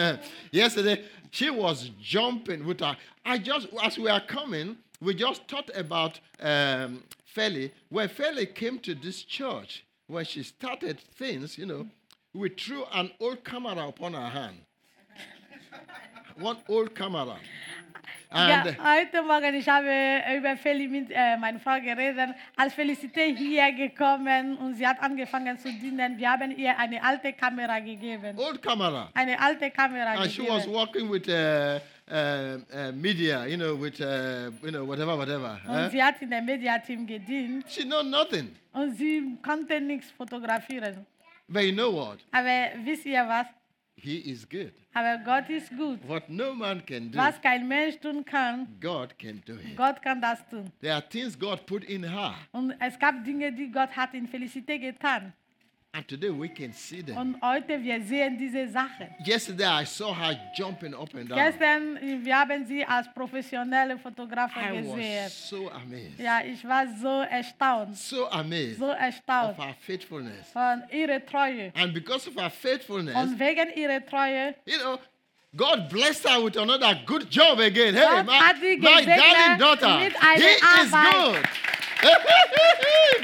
S1: Yesterday she was jumping with her. I just, as we are coming, we just thought about um, Feli. When Feli came to this church, when she started things, you know, we threw an old camera upon her hand. One old camera. And
S2: Ja, heute Morgen, ich habe über Feli mit äh, meiner Frau geredet. Als Felicité hier gekommen und sie hat angefangen zu dienen, wir haben ihr eine alte Kamera gegeben.
S1: old camera.
S2: Eine alte Kamera
S1: And Ah, she was
S2: gegeben.
S1: working with uh, uh, uh, media, you know, with uh, you know whatever, whatever. eh?
S2: Und sie hat in dem Mediateam gedient
S1: She know nothing.
S2: und sie konnte nichts fotografieren.
S1: But you know what?
S2: Aber wisst ihr was?
S1: He is good.
S2: Aber Gott ist gut.
S1: What no man can do,
S2: Was kein Mensch tun kann,
S1: God can do it.
S2: Gott kann das tun.
S1: There are things God put in her,
S2: Und es gab Dinge, die Gott hat in Felicité getan.
S1: and today we can see them.
S2: Und heute wir sehen diese Sache.
S1: Yesterday I saw her jumping up and down.
S2: Gestern, äh, wir haben sie als professionelle Fotografin
S1: I
S2: gesehen.
S1: was so amazed,
S2: Ja, ich war so erstaunt,
S1: so amazed
S2: so
S1: of
S2: erstaunt
S1: her faithfulness.
S2: von ihrer Treue.
S1: And because of her faithfulness,
S2: Und wegen ihrer Treue,
S1: you know, God blessed her with another good job again. Hey,
S2: Gott
S1: my,
S2: hat sie
S1: my
S2: gesegnet
S1: darling daughter,
S2: mit einer
S1: he is
S2: Arbeit.
S1: good.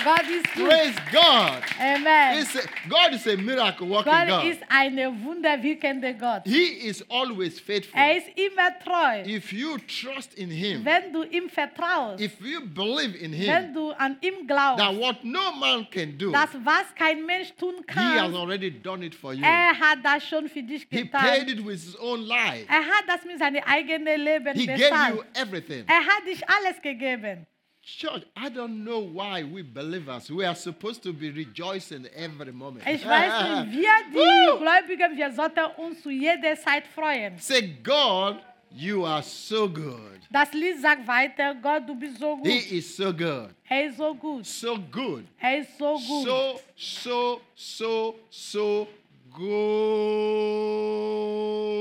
S2: Gott ist gut.
S1: Praise God.
S2: Amen.
S1: It's a- God is a miracle working
S2: Gott
S1: God.
S2: ist eine wunderwirkende Gott.
S1: He is always
S2: Er
S1: faithful.
S2: ist immer treu.
S1: If you trust in Him,
S2: Wenn du ihm vertraust,
S1: if you believe in
S2: wenn
S1: Him,
S2: du an ihm glaubst,
S1: that what no man can do,
S2: dass
S1: He
S2: was kein Mensch tun
S1: has
S2: kann,
S1: already done it for you.
S2: er hat das schon für dich
S1: He paid
S2: getan.
S1: it with His own life.
S2: Er hat das mit seinem eigenen Leben
S1: He gave
S2: bezahlt.
S1: you everything.
S2: Er hat dich alles gegeben.
S1: Church, I don't know why we believers we are supposed to be rejoicing every moment.
S2: Ich weiß nicht, wir
S1: Woo!
S2: die Gläubigen, wir sollten uns zu jeder Zeit freuen.
S1: Say, God, you are so good.
S2: Das Lied sagt weiter, Gott, du bist so gut.
S1: He is so good,
S2: Er ist so gut.
S1: so good,
S2: Er ist so gut.
S1: so so so so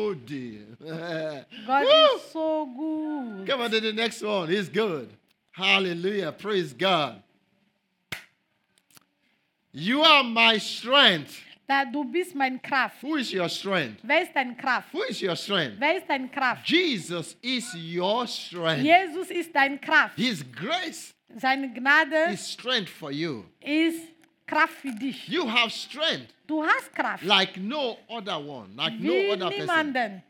S1: good.
S2: Gott
S1: Woo!
S2: ist so gut.
S1: Come on to the next one. He's good. Hallelujah. Praise God. You are my strength.
S2: Da, du bist mein Kraft.
S1: Who is your strength?
S2: Wer ist dein Kraft?
S1: Who is your strength?
S2: Wer ist dein Kraft?
S1: Jesus is your strength.
S2: Jesus ist dein Kraft.
S1: His grace
S2: Seine Gnade
S1: is strength for you.
S2: ist Kraft für dich.
S1: You have strength
S2: Du hast Kraft.
S1: like no other one, like no
S2: Wie
S1: other person.
S2: niemanden.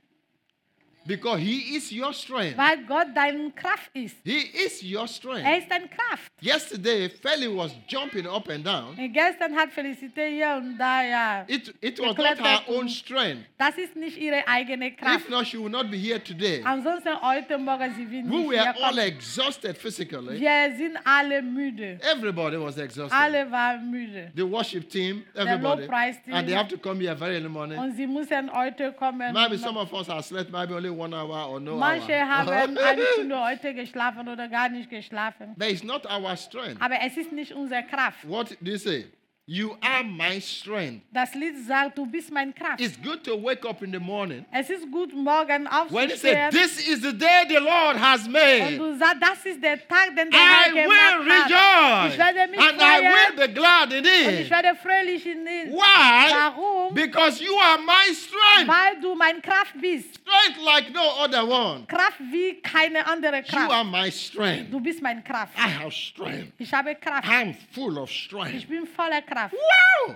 S1: Because He is your strength.
S2: Weil Gott dein Kraft ist.
S1: He is your
S2: Er
S1: strength.
S2: ist dein Kraft.
S1: Yesterday, Feli was jumping up and down.
S2: Und Gestern hat Felicité hier und da, ja.
S1: It, it was not her own strength.
S2: Das ist nicht ihre eigene Kraft.
S1: If not, she would not be here today.
S2: Ansonsten heute Morgen, sie will
S1: We
S2: nicht
S1: were
S2: hier
S1: all
S2: kommen.
S1: exhausted physically.
S2: Wir sind alle müde.
S1: Everybody was exhausted.
S2: Alle waren müde.
S1: The worship team, everybody.
S2: praise team.
S1: And they have to come here very early in the morning.
S2: Und sie müssen heute kommen.
S1: Maybe some of us have slept maybe only one hour or no
S2: Manche haben eine
S1: hour.
S2: Stunde heute geschlafen oder gar nicht geschlafen.
S1: but it's not our strength.
S2: Aber es ist nicht unsere Kraft.
S1: What do you say? You are my strength.
S2: Das Lied sagt, du bist meine Kraft.
S1: It's good to wake up in the morning
S2: es ist gut, morgen
S1: when you say,
S2: aufzustehen.
S1: This is the day the Lord has
S2: und
S1: made.
S2: du sagst, das ist der Tag, den
S1: I
S2: der Herr
S1: will
S2: gemacht hat. Ich werde
S1: rejoice
S2: mich
S1: and I
S2: freuen
S1: will be glad in
S2: und ich
S1: it.
S2: werde fröhlich in ihm.
S1: Why?
S2: Warum?
S1: Because you are my strength.
S2: Weil du mein Kraft bist.
S1: Strength like no other one.
S2: Kraft wie keine andere
S1: You are
S2: Kraft.
S1: my strength.
S2: Du bist mein Kraft.
S1: I have strength.
S2: Ich habe Kraft.
S1: I'm full of
S2: Ich
S1: strength.
S2: bin voller Kraft.
S1: Wow!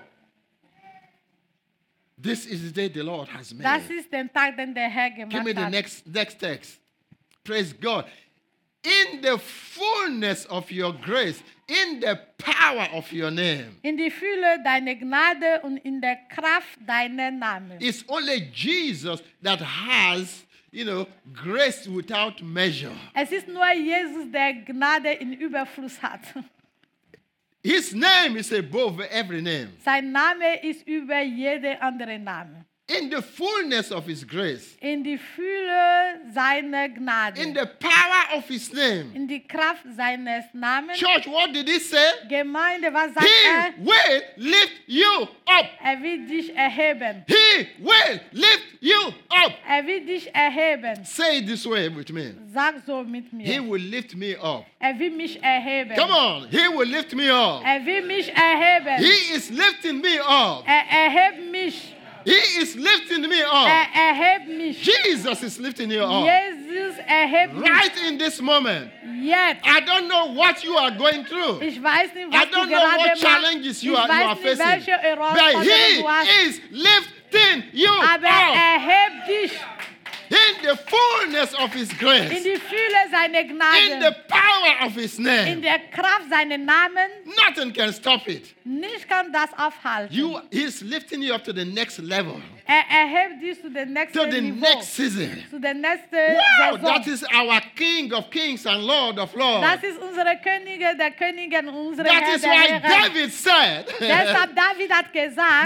S1: This is the day the Lord has made.
S2: Das ist der Tag, den der Herr
S1: Give
S2: gemacht
S1: me the
S2: hat.
S1: next next text. Praise God. In the fullness of your grace, in the power of your name.
S2: In die Fülle deiner Gnade und in der Kraft deiner Namen.
S1: It's only Jesus that has, you know, grace without measure.
S2: Es ist nur Jesus, der Gnade in Überfluss hat.
S1: His name is above every name.
S2: Sein Name ist über jeden anderen Namen.
S1: In the fullness of his grace,
S2: In die Fülle seiner Gnade.
S1: in the power of his name.
S2: in die Kraft seines Namens.
S1: Church, what did he say?
S2: Gemeinde, was sagt
S1: He
S2: er?
S1: will lift you up.
S2: Er will dich erheben.
S1: He will lift you up.
S2: Er will dich erheben.
S1: Say it this way with me.
S2: Sag so mit
S1: He
S2: mir.
S1: will lift me up.
S2: Er will mich erheben.
S1: Come on. He will lift me up.
S2: Er will mich erheben.
S1: He is lifting me up.
S2: er erhebt mich.
S1: He is lifting me
S2: Er
S1: up.
S2: erhebt mich.
S1: Jesus is lifting you up.
S2: Jesus erhebt mich.
S1: Right in this moment.
S2: Jetzt.
S1: I don't know what you are going through.
S2: Ich weiß nicht,
S1: I
S2: was du
S1: don't know what
S2: gerade
S1: challenges
S2: machst.
S1: you
S2: ich
S1: are, you are
S2: weiß nicht, welche
S1: facing. But
S2: Herausforderungen du hast.
S1: He is lifting you
S2: Aber
S1: up
S2: erhebt dich
S1: in the fullness of His
S2: eh. in
S1: grace,
S2: die Fülle seiner
S1: in the
S2: Gnade,
S1: power of His
S2: in
S1: name.
S2: der Kraft seines Namens.
S1: Nothing can stop it.
S2: Nicht kann das aufhalten.
S1: You, he's lifting you up to the next level,
S2: er erhebt dich zu dem nächsten
S1: to the
S2: Niveau,
S1: next season.
S2: zu der nächsten
S1: Wow,
S2: Saison.
S1: that is our King of Kings and Lord of
S2: das
S1: Lords.
S2: ist unsere Könige, der Königin, unsere
S1: That
S2: Herr
S1: is
S2: der
S1: why
S2: Herren.
S1: David said,
S2: Deshalb David hat gesagt,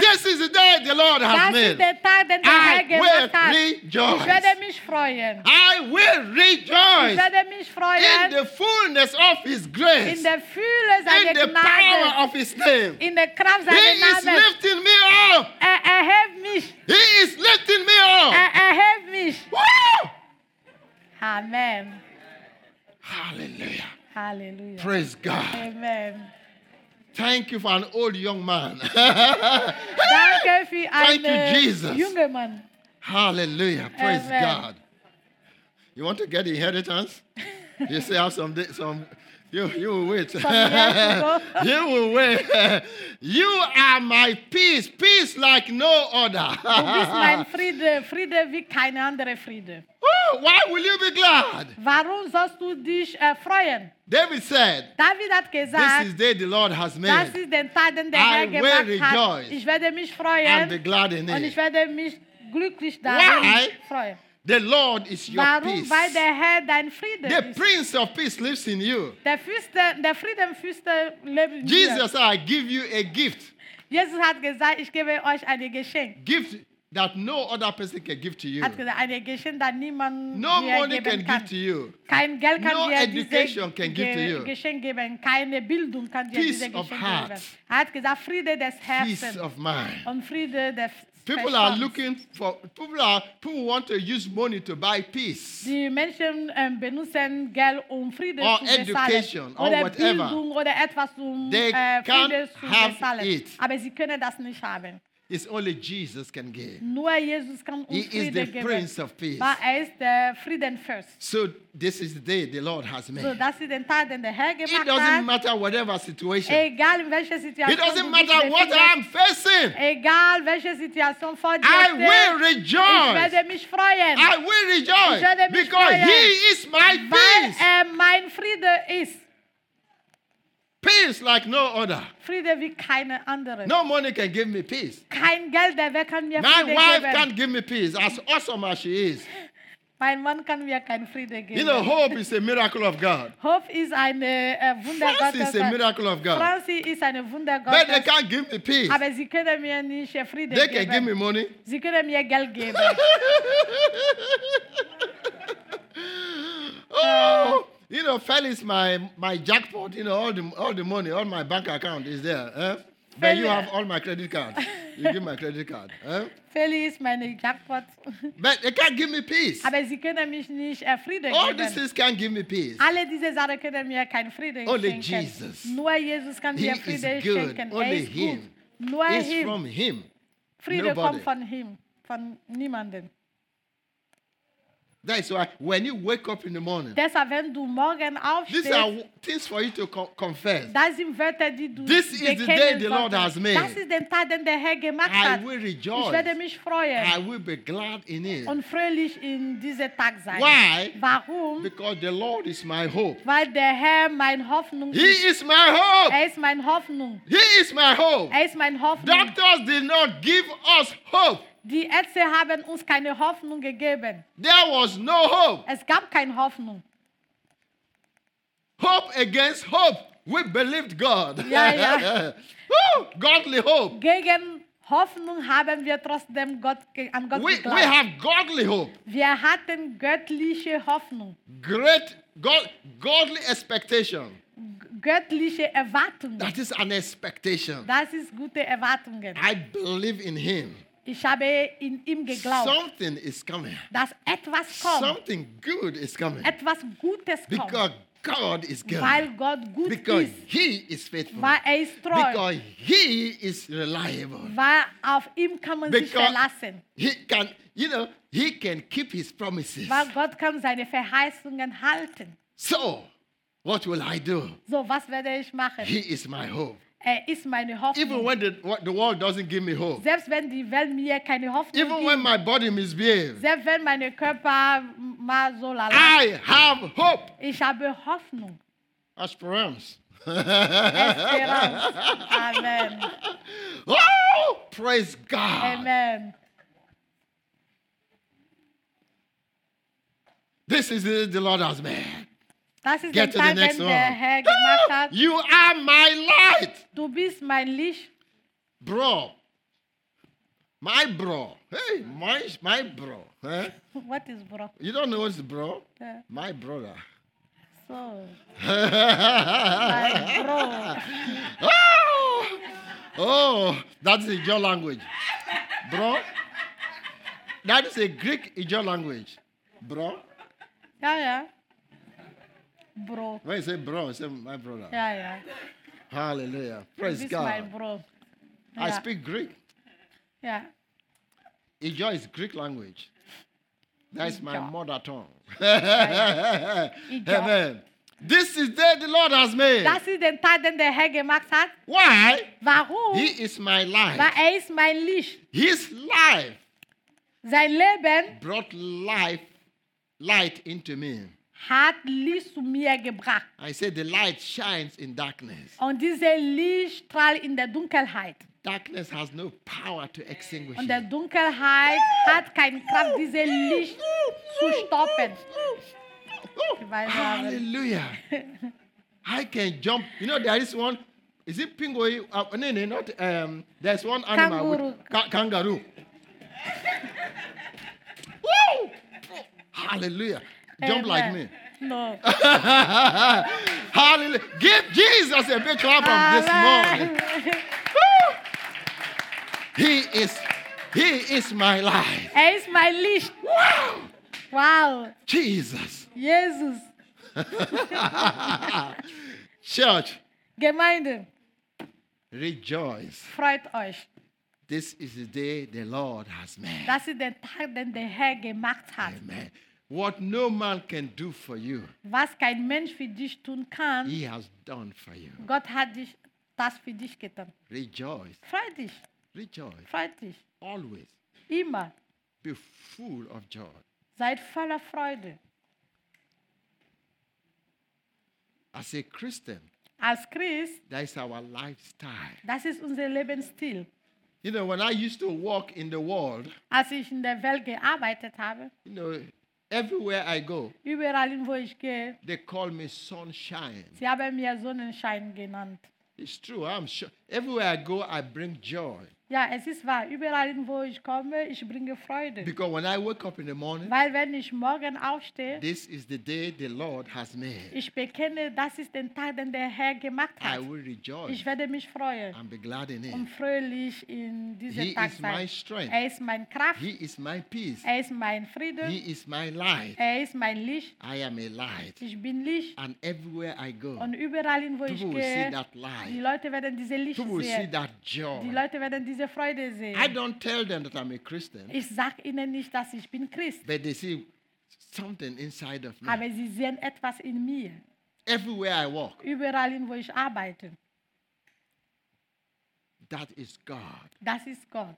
S1: This is the day the Lord has
S2: das
S1: made.
S2: ist der Tag, den der Herr gemacht hat.
S1: I will
S2: Ich
S1: rejoice.
S2: werde mich freuen.
S1: I will
S2: Ich
S1: rejoice
S2: werde mich
S1: in
S2: freuen
S1: the fullness of His grace,
S2: in der Fülle
S1: in
S2: seiner
S1: the power
S2: Gnade,
S1: of His name.
S2: in der Kraft
S1: He
S2: seiner
S1: is
S2: Namen.
S1: lifting me up.
S2: Er erhebt mich,
S1: He is lifting me
S2: er
S1: up.
S2: erhebt mich.
S1: Woo!
S2: Amen.
S1: Hallelujah.
S2: Halleluja.
S1: Praise God.
S2: Amen.
S1: Thank you for an old young man.
S2: Danke für
S1: Thank you, Jesus.
S2: einen jungen Mann.
S1: Hallelujah. Praise
S2: Amen.
S1: God. You want to get the inheritance? You still have some, day- some you, you will wait. you
S2: Some years ago.
S1: will wait. you are my peace, peace like no
S2: Du bist
S1: other.
S2: mein Friede, Friede wie keine andere Friede.
S1: Oh, why will you be glad?
S2: Warum sollst du dich äh, freuen?
S1: David said,
S2: David hat
S1: This is
S2: gesagt,
S1: the day the Lord has
S2: das
S1: made.
S2: ist den Tag, den der
S1: I
S2: Herr
S1: will
S2: gemacht hat.
S1: rejoice
S2: Ich werde mich
S1: And be
S2: freuen
S1: glad in
S2: und
S1: it.
S2: ich werde mich glücklich darin
S1: Why?
S2: freuen.
S1: The Lord is your
S2: Warum?
S1: peace.
S2: Weil der Herr dein Friede
S1: The
S2: ist.
S1: Prince of Peace lives in you.
S2: Der, Fürste, der Friedenfürste lebt in
S1: Jesus,
S2: dir.
S1: I give you a gift.
S2: Jesus hat gesagt, ich gebe euch ein Geschenk.
S1: Gift that no other person can give to you.
S2: Hat gesagt, ein Geschenk, das niemand
S1: No
S2: dir
S1: money can
S2: geben kann.
S1: give to you.
S2: Kein Geld kann
S1: No
S2: dir
S1: education
S2: diese
S1: can give to you.
S2: Geschenk geben. Keine Bildung kann dir
S1: Peace
S2: diese
S1: of
S2: Geschenk
S1: heart.
S2: geben. Er hat gesagt, Friede des
S1: Peace
S2: Herzens
S1: of mind.
S2: und um Friede des
S1: People are
S2: Verstands.
S1: looking for people are people want to use money to buy peace.
S2: Die Menschen ähm, benutzen Geld, um Friede
S1: Or
S2: zu bezahlen.
S1: education, or
S2: oder
S1: whatever.
S2: Bildung oder etwas, um
S1: They
S2: äh,
S1: can't
S2: Friede zu
S1: have
S2: bezahlen.
S1: it.
S2: Aber sie können das nicht haben.
S1: It's only Jesus can give.
S2: Nur Jesus kann uns
S1: He is
S2: Friede
S1: the uh,
S2: geben.
S1: Prince of Peace.
S2: Weil er ist der Friedenfürst.
S1: So this is the day the Lord has
S2: So,
S1: made.
S2: das ist den Tag, den der Herr
S1: It
S2: gemacht
S1: doesn't
S2: hat.
S1: matter whatever situation.
S2: Egal in welcher
S1: It
S2: Situation
S1: doesn't
S2: du dich
S1: matter what
S2: befindest,
S1: I'm facing.
S2: Egal welche Situation vor dir
S1: I
S2: steht,
S1: will
S2: ich
S1: rejoice.
S2: werde mich freuen,
S1: I will
S2: werde
S1: rejoice
S2: mich
S1: because
S2: freuen,
S1: He is my
S2: weil
S1: peace.
S2: er mein Friede ist.
S1: Peace like no other.
S2: Friede wie keine andere.
S1: No money can give me peace.
S2: Kein Geld der Welt kann mir
S1: My
S2: Friede
S1: wife
S2: geben.
S1: can't give me peace, as awesome as she is.
S2: mein Mann kann mir keinen Friede geben.
S1: You know, hope is a miracle of God.
S2: Hope ist eine äh, Wunder
S1: Faith is a
S2: Gottes.
S1: miracle of God.
S2: Franzi ist eine Wunder
S1: But they
S2: Gottes.
S1: can't give me peace.
S2: Aber sie können mir nicht äh, Friede
S1: They can give me
S2: geben.
S1: money.
S2: Sie können mir Geld geben.
S1: Oh, you know, fell is my, my jackpot. You know, all the, all the money, all my bank account is there. Eh? But you have all my credit cards. You give my credit card. eh?
S2: Feli ist meine Jackpot.
S1: But they can't give me peace.
S2: Aber sie können mich nicht äh, Frieden
S1: All these
S2: geben.
S1: things can't give me peace.
S2: Alle diese Sachen können mir keinen Frieden
S1: Only
S2: schenken.
S1: Jesus.
S2: Nur Jesus kann
S1: He
S2: mir
S1: is
S2: Frieden
S1: good.
S2: schenken. er
S1: Only
S2: ist gut.
S1: him.
S2: Nur
S1: It's
S2: ihm.
S1: from Him.
S2: Friede
S1: nobody.
S2: kommt von ihm, von niemandem.
S1: That's why when you wake up in the morning,
S2: Deshalb, wenn du morgen
S1: these
S2: aufstehst,
S1: are w- things for you to co- confess.
S2: das sind Wörter, die du
S1: This is the
S2: bekennen
S1: day the Lord
S2: solltest.
S1: has made.
S2: Das ist der Tag, den der Herr gemacht
S1: I
S2: hat.
S1: will
S2: Ich werde
S1: rejoice.
S2: mich freuen
S1: I will be glad in it.
S2: und fröhlich in diesem Tag sein.
S1: Why?
S2: Warum?
S1: Because the Lord is my hope.
S2: Weil der Herr mein Hoffnung
S1: He
S2: ist.
S1: is my hope.
S2: Er ist mein Hoffnung.
S1: He is my hope.
S2: Er ist mein Hoffnung.
S1: Doctors did not give us hope.
S2: Die Ärzte haben uns keine Hoffnung gegeben.
S1: There was no hope.
S2: Es gab keine Hoffnung.
S1: Hope against hope. We believed God.
S2: Yeah, yeah.
S1: Woo! godly hope.
S2: Gegen Hoffnung haben wir trotzdem Gott, ge- an Gott
S1: We, we
S2: geglaubt.
S1: have godly hope.
S2: Wir hatten göttliche Hoffnung,
S1: Great God, godly expectation.
S2: g- göttliche Erwartungen.
S1: That is an expectation.
S2: Das ist gute Erwartungen.
S1: I believe in Him.
S2: Ich habe in ihm geglaubt,
S1: Something is coming.
S2: dass etwas kommt,
S1: Something good is coming.
S2: etwas Gutes kommt,
S1: Because God is good.
S2: weil Gott gut
S1: Because
S2: ist,
S1: He is faithful.
S2: weil er ist treu,
S1: Because He is reliable.
S2: weil auf ihn kann man sich
S1: Because-
S2: verlassen,
S1: He can, you know, He can keep His promises.
S2: weil Gott kann seine Verheißungen halten.
S1: So, what will I do?
S2: So, was werde ich machen?
S1: He is my hope.
S2: Er ist meine
S1: Even
S2: Hoffnung.
S1: when the, what- the world doesn't give me hope,
S2: Selbst wenn die Welt mir keine Hoffnung
S1: even when
S2: gibt,
S1: my body misbehaves,
S2: selbst wenn mein Körper mal so lala,
S1: I have hope.
S2: ich habe Hoffnung.
S1: Asperance.
S2: Esperanz. Amen.
S1: Oh, praise God.
S2: Amen.
S1: This is the, the Lord has made.
S2: Das ist
S1: Get to
S2: der
S1: the
S2: Tag,
S1: next
S2: den
S1: one. Ah,
S2: der Herr gemacht hat.
S1: You are my light,
S2: Du bist mein Licht,
S1: bro. My bro. Hey, my, my bro. Huh?
S2: What is bro?
S1: You don't know what's bro?
S2: Yeah.
S1: My brother.
S2: So,
S1: oh,
S2: mein Bro.
S1: oh, that's the Ijaw language. Bro. That is a Greek Ijaw language. Bro.
S2: Ja, ja. Bro.
S1: When you say bro, you say my brother.
S2: Ja, ja.
S1: Hallelujah.
S2: Du
S1: Praise
S2: bist mein
S1: God.
S2: Bro.
S1: I
S2: Ja.
S1: speak Greek.
S2: Ja.
S1: Ijaw is Greek language. That's my
S2: Ijaw.
S1: mother tongue.
S2: Ijaw.
S1: Amen. This is the day the Lord has made.
S2: Das ist der Tag, den der Herr gemacht hat.
S1: Why?
S2: Warum?
S1: He is my
S2: Weil
S1: life.
S2: er ist mein Licht.
S1: His life
S2: Sein Leben
S1: brought life, light into me.
S2: hat Licht zu mir gebracht.
S1: I said the light shines in darkness.
S2: Und diese Licht strahlt in der Dunkelheit.
S1: Darkness has no power to extinguish
S2: Und der
S1: it.
S2: Dunkelheit hat keine Kraft, diese Licht zu stoppen. Weil-
S1: Hallelujah. I can jump. You know, there is one. Is it pingoi? Uh, no, no, not. Um, there's one animal. With,
S2: Kangaroo.
S1: ka- kangaroo. Woo! Hallelujah. Jump like me.
S2: Amen. uh, No.
S1: Hallelujah. Give Jesus a big clap on this morning. Woo! He is, he is my life.
S2: Er ist mein Licht.
S1: Wow!
S2: Wow.
S1: Jesus.
S2: Jesus.
S1: Church,
S2: Gemeinde,
S1: rejoice.
S2: freut euch.
S1: This is the day the Lord has made.
S2: Das ist der Tag, den der Herr gemacht hat.
S1: Amen. What no man can do for you,
S2: Was kein Mensch für dich tun kann,
S1: he has done for you.
S2: Gott hat dich das für dich getan.
S1: Rejoice.
S2: Freu dich,
S1: Rejoice.
S2: freu dich.
S1: Always
S2: Immer.
S1: be full of joy.
S2: Seid voller Freude.
S1: As a Christian,
S2: Als Christ,
S1: that is our lifestyle.
S2: das ist unser Lebensstil.
S1: You know, when I used to walk in the world,
S2: Als ich in der Welt gearbeitet habe,
S1: you know, everywhere I go,
S2: überall, hin, wo ich gehe,
S1: they call me sunshine.
S2: sie haben mir Sonnenschein genannt.
S1: It's true. I'm sure. Everywhere I go, I bring joy.
S2: Ja, es ist wahr. Überall, hin, wo ich komme, ich bringe Freude.
S1: Because when I wake up in the morning,
S2: Weil wenn ich morgen aufstehe,
S1: this is the day the Lord has made.
S2: ich bekenne, das ist der Tag, den der Herr gemacht
S1: I
S2: hat.
S1: will rejoice
S2: Ich werde mich freuen
S1: and be glad in
S2: und
S1: it.
S2: fröhlich in
S1: He
S2: diesem Tag
S1: is my
S2: sein.
S1: strength.
S2: Er ist mein Kraft,
S1: He is my peace.
S2: er ist mein Friede,
S1: He is my light.
S2: er ist mein Licht.
S1: I am a light.
S2: Ich bin Licht
S1: And everywhere I go,
S2: und überall, hin, wo ich
S1: people will see
S2: gehe,
S1: that
S2: die
S1: light.
S2: Leute werden diese Licht
S1: People will see
S2: sehen.
S1: that
S2: Die
S1: joy.
S2: Leute werden diese Freude
S1: I
S2: sehen.
S1: don't tell them that I'm a Christian,
S2: Ich sage ihnen nicht, dass ich bin Christ,
S1: but they see something inside of me.
S2: aber sie sehen etwas in mir.
S1: Everywhere I walk,
S2: Überall, hin, wo ich arbeite.
S1: that is God.
S2: Das ist Gott.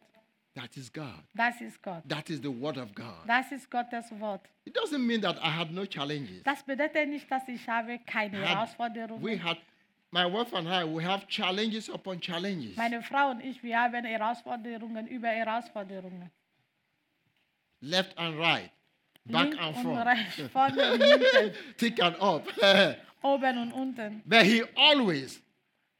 S1: That is God.
S2: Das ist Gott.
S1: That is the Word of God.
S2: Das ist Gottes Wort.
S1: It doesn't mean that I had no challenges.
S2: Das bedeutet nicht, dass ich habe keine
S1: Had- we
S2: Herausforderungen.
S1: had, my wife and I, we have challenges upon challenges.
S2: Meine Frau und ich, wir haben Herausforderungen über Herausforderungen.
S1: Left and right, back
S2: Link
S1: and
S2: und rechts,
S1: front,
S2: vorne und hinten,
S1: thick and up.
S2: oben und unten.
S1: But he always,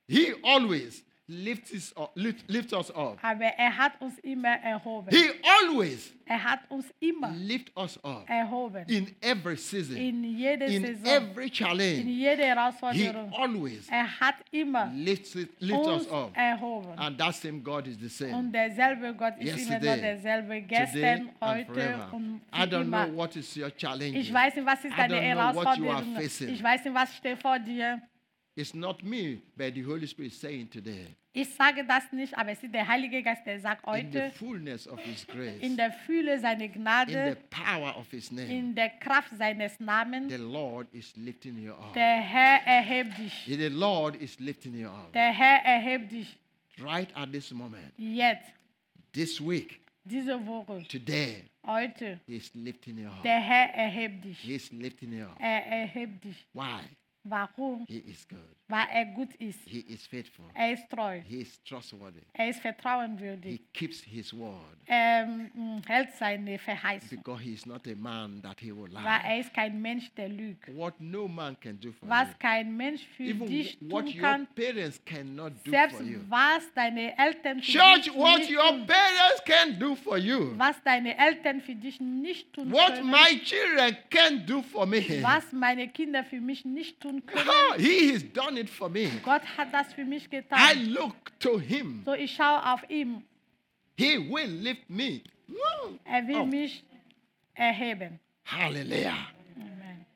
S1: he always lifts us up. Lift, lifts us up.
S2: Aber er hat uns immer erhoben.
S1: He always
S2: Er hat uns immer
S1: lifts us up
S2: erhoben.
S1: in every season,
S2: In jeder
S1: in
S2: Saison,
S1: every
S2: in
S1: challenge.
S2: jeder
S1: He
S2: Herausforderung.
S1: always
S2: Er hat immer
S1: lifts, it, lifts us
S2: uns
S1: up.
S2: erhoben.
S1: And that same God is the
S2: Und
S1: same
S2: derselbe Gott ist immer noch
S1: Yesterday,
S2: derselbe
S1: today
S2: gestern,
S1: and
S2: heute
S1: forever.
S2: und
S1: I
S2: für
S1: don't know
S2: immer.
S1: what is your challenge.
S2: Ich weiß nicht, was ist
S1: I
S2: deine
S1: don't know what you are
S2: Herausforderung.
S1: facing.
S2: Ich weiß nicht, was steht vor dir.
S1: It's not me, but the Holy Spirit is saying today,
S2: Ich sage das nicht, aber es ist der Heilige Geist, der sagt
S1: in the
S2: heute,
S1: fullness of His grace,
S2: in der Fülle seiner
S1: in the
S2: Gnade,
S1: power of His name,
S2: in der Kraft seines
S1: the
S2: Namens,
S1: Lord is lifting you up.
S2: der Herr erhebt dich.
S1: The Lord is lifting you up.
S2: Der Herr erhebt dich
S1: Right at this moment,
S2: jetzt,
S1: this week,
S2: diese Woche,
S1: today,
S2: heute.
S1: He's lifting you up.
S2: Der Herr erhebt dich.
S1: He's lifting you up.
S2: Er erhebt dich.
S1: Why?
S2: Warum?
S1: He is good.
S2: Weil er gut ist.
S1: He is faithful.
S2: Er ist treu.
S1: He is trustworthy.
S2: Er ist
S1: He
S2: vertrauenwürdig.
S1: keeps His word
S2: Er ähm, hält seine Verheißung.
S1: because He is not a man that He will
S2: Weil
S1: lie.
S2: er ist kein Mensch, der lügt.
S1: What no man can do for
S2: was
S1: you,
S2: kein Mensch für dich
S1: even what
S2: tun
S1: your
S2: kann,
S1: parents cannot do
S2: selbst
S1: for you.
S2: was deine Eltern für
S1: Church,
S2: dich
S1: what
S2: nicht
S1: your
S2: tun,
S1: parents can do for you,
S2: was deine Eltern für dich nicht tun
S1: what
S2: können,
S1: my children can do for me,
S2: was meine Kinder für mich nicht tun können.
S1: He has done it for me.
S2: Gott hat das für mich
S1: I
S2: getan.
S1: look to him.
S2: So ich schaue auf ihn.
S1: He will lift me. Woo!
S2: Er will
S1: Oh,
S2: mich erheben.
S1: hallelujah.
S2: Amen.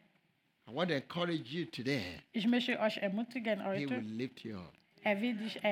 S1: I want to encourage you today.
S2: Ich möchte euch ermutigen
S1: He will
S2: heute.
S1: lift you up.
S2: Er will dich
S1: He is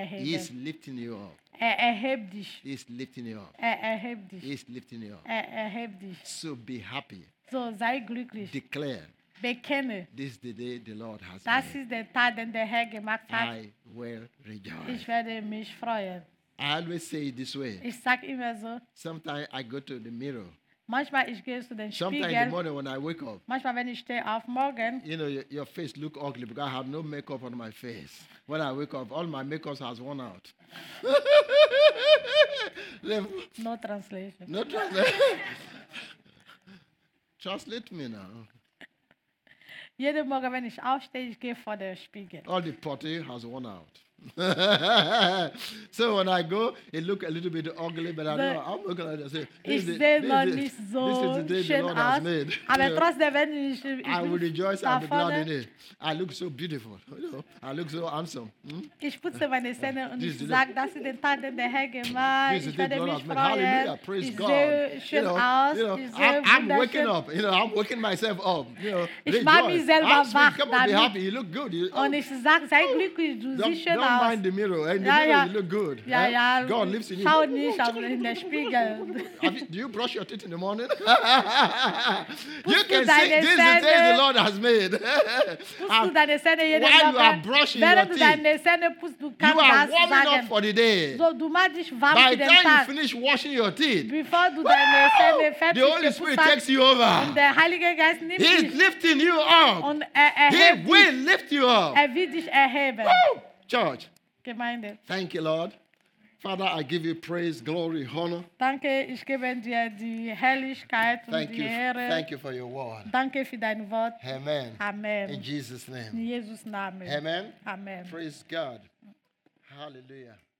S2: erheben.
S1: lifting you up.
S2: Er erhebt dich.
S1: He is lifting you up.
S2: Er erhebt
S1: He
S2: dich.
S1: is lifting you up.
S2: Er erhebt dich.
S1: So be happy.
S2: So sei glücklich.
S1: Declare
S2: Bekenne,
S1: this is the day the Lord has
S2: das
S1: made.
S2: ist der Tag, den der Herr gemacht hat.
S1: I will rejoice.
S2: Ich werde mich freuen.
S1: I always say it this way.
S2: Ich sage immer so,
S1: Sometimes I go to the mirror.
S2: manchmal ich gehe zu den
S1: Sometimes in the
S2: Spiegel,
S1: morning when I wake up,
S2: manchmal wenn ich stehe auf morgen,
S1: you know, your, your face look ugly because I have no makeup on my face. When I wake up, all my makeup has worn out. Then-
S2: no translation.
S1: no translate. translate me now.
S2: Jeden Morgen, wenn ich aufstehe, ich gehe vor den Spiegel.
S1: All the potty has worn out. so when I go, it look a little bit ugly, but I
S2: The-
S1: know I'm looking at it and say,
S2: Ich
S1: this is the-
S2: sehe
S1: this
S2: noch
S1: is the-
S2: nicht
S1: this
S2: so
S1: is the day
S2: schön
S1: the Lord has
S2: aus,
S1: made.
S2: aber
S1: You know.
S2: trotzdem, wenn ich, ich
S1: I will
S2: bin
S1: rejoice
S2: da
S1: and be glad in
S2: vorne,
S1: it. I look so beautiful. You know, I look so handsome. Hmm?
S2: ich putze meine Zähne und
S1: This
S2: ich
S1: is the-
S2: sage, das ist der Tag, den der Herr gemacht
S1: This
S2: hat.
S1: is
S2: Ich
S1: the
S2: werde
S1: Lord has
S2: mich
S1: made. Hallelujah.
S2: freuen.
S1: Praise
S2: Ich
S1: God.
S2: sehe schön aus.
S1: you know,
S2: Ich sehe
S1: I'm, I'm waking
S2: wunderschön.
S1: up. You know, I'm waking myself up. You know,
S2: Ich mach mich
S1: rejoice.
S2: selber
S1: I'm sweet.
S2: wach
S1: Come on, be
S2: damit.
S1: happy. You look good. You, oh,
S2: Und ich sage, sei glücklich, du siehst
S1: don't,
S2: schön
S1: don't
S2: aus.
S1: mind the mirror. In the
S2: Ja,
S1: mirror,
S2: ja.
S1: you look good.
S2: Ja,
S1: huh?
S2: ja,
S1: God lives in you.
S2: schau nicht auf in den Spiegel.
S1: Have you- do you brush your teeth in the morning? you can say,
S2: Putzt du
S1: this is
S2: deine
S1: the day the
S2: Zähne?
S1: Lord has made.
S2: Putzt du deine Zähne jeden
S1: while you are
S2: Morgen?
S1: brushing
S2: Während
S1: your teeth,
S2: du deine Zähne putzt, du
S1: you are
S2: kannst das
S1: warming up
S2: sagen.
S1: for the day.
S2: So, du machst dich warm
S1: By
S2: für
S1: the
S2: den
S1: time
S2: Tag.
S1: you finish washing your teeth,
S2: Bevor du deine Zähne
S1: the
S2: fertig
S1: Holy Spirit
S2: geputzt hast,
S1: takes you over.
S2: der Heilige Geist nimmt
S1: He is
S2: dich
S1: lifting you up.
S2: und er
S1: He
S2: erhebt dich.
S1: will lift you up.
S2: Er wird dich erheben.
S1: Woo! Church,
S2: Gemeinde,
S1: thank you, Lord. Father, I give you praise, glory, honor.
S2: danke, ich gebe dir die Herrlichkeit und
S1: Thank
S2: die
S1: you.
S2: Ehre.
S1: Thank you for your word.
S2: Danke für dein Wort.
S1: Amen. In
S2: Amen.
S1: Jesus'
S2: In
S1: name.
S2: Jesus' Namen.
S1: Amen.
S2: Amen.
S1: Praise God. Hallelujah.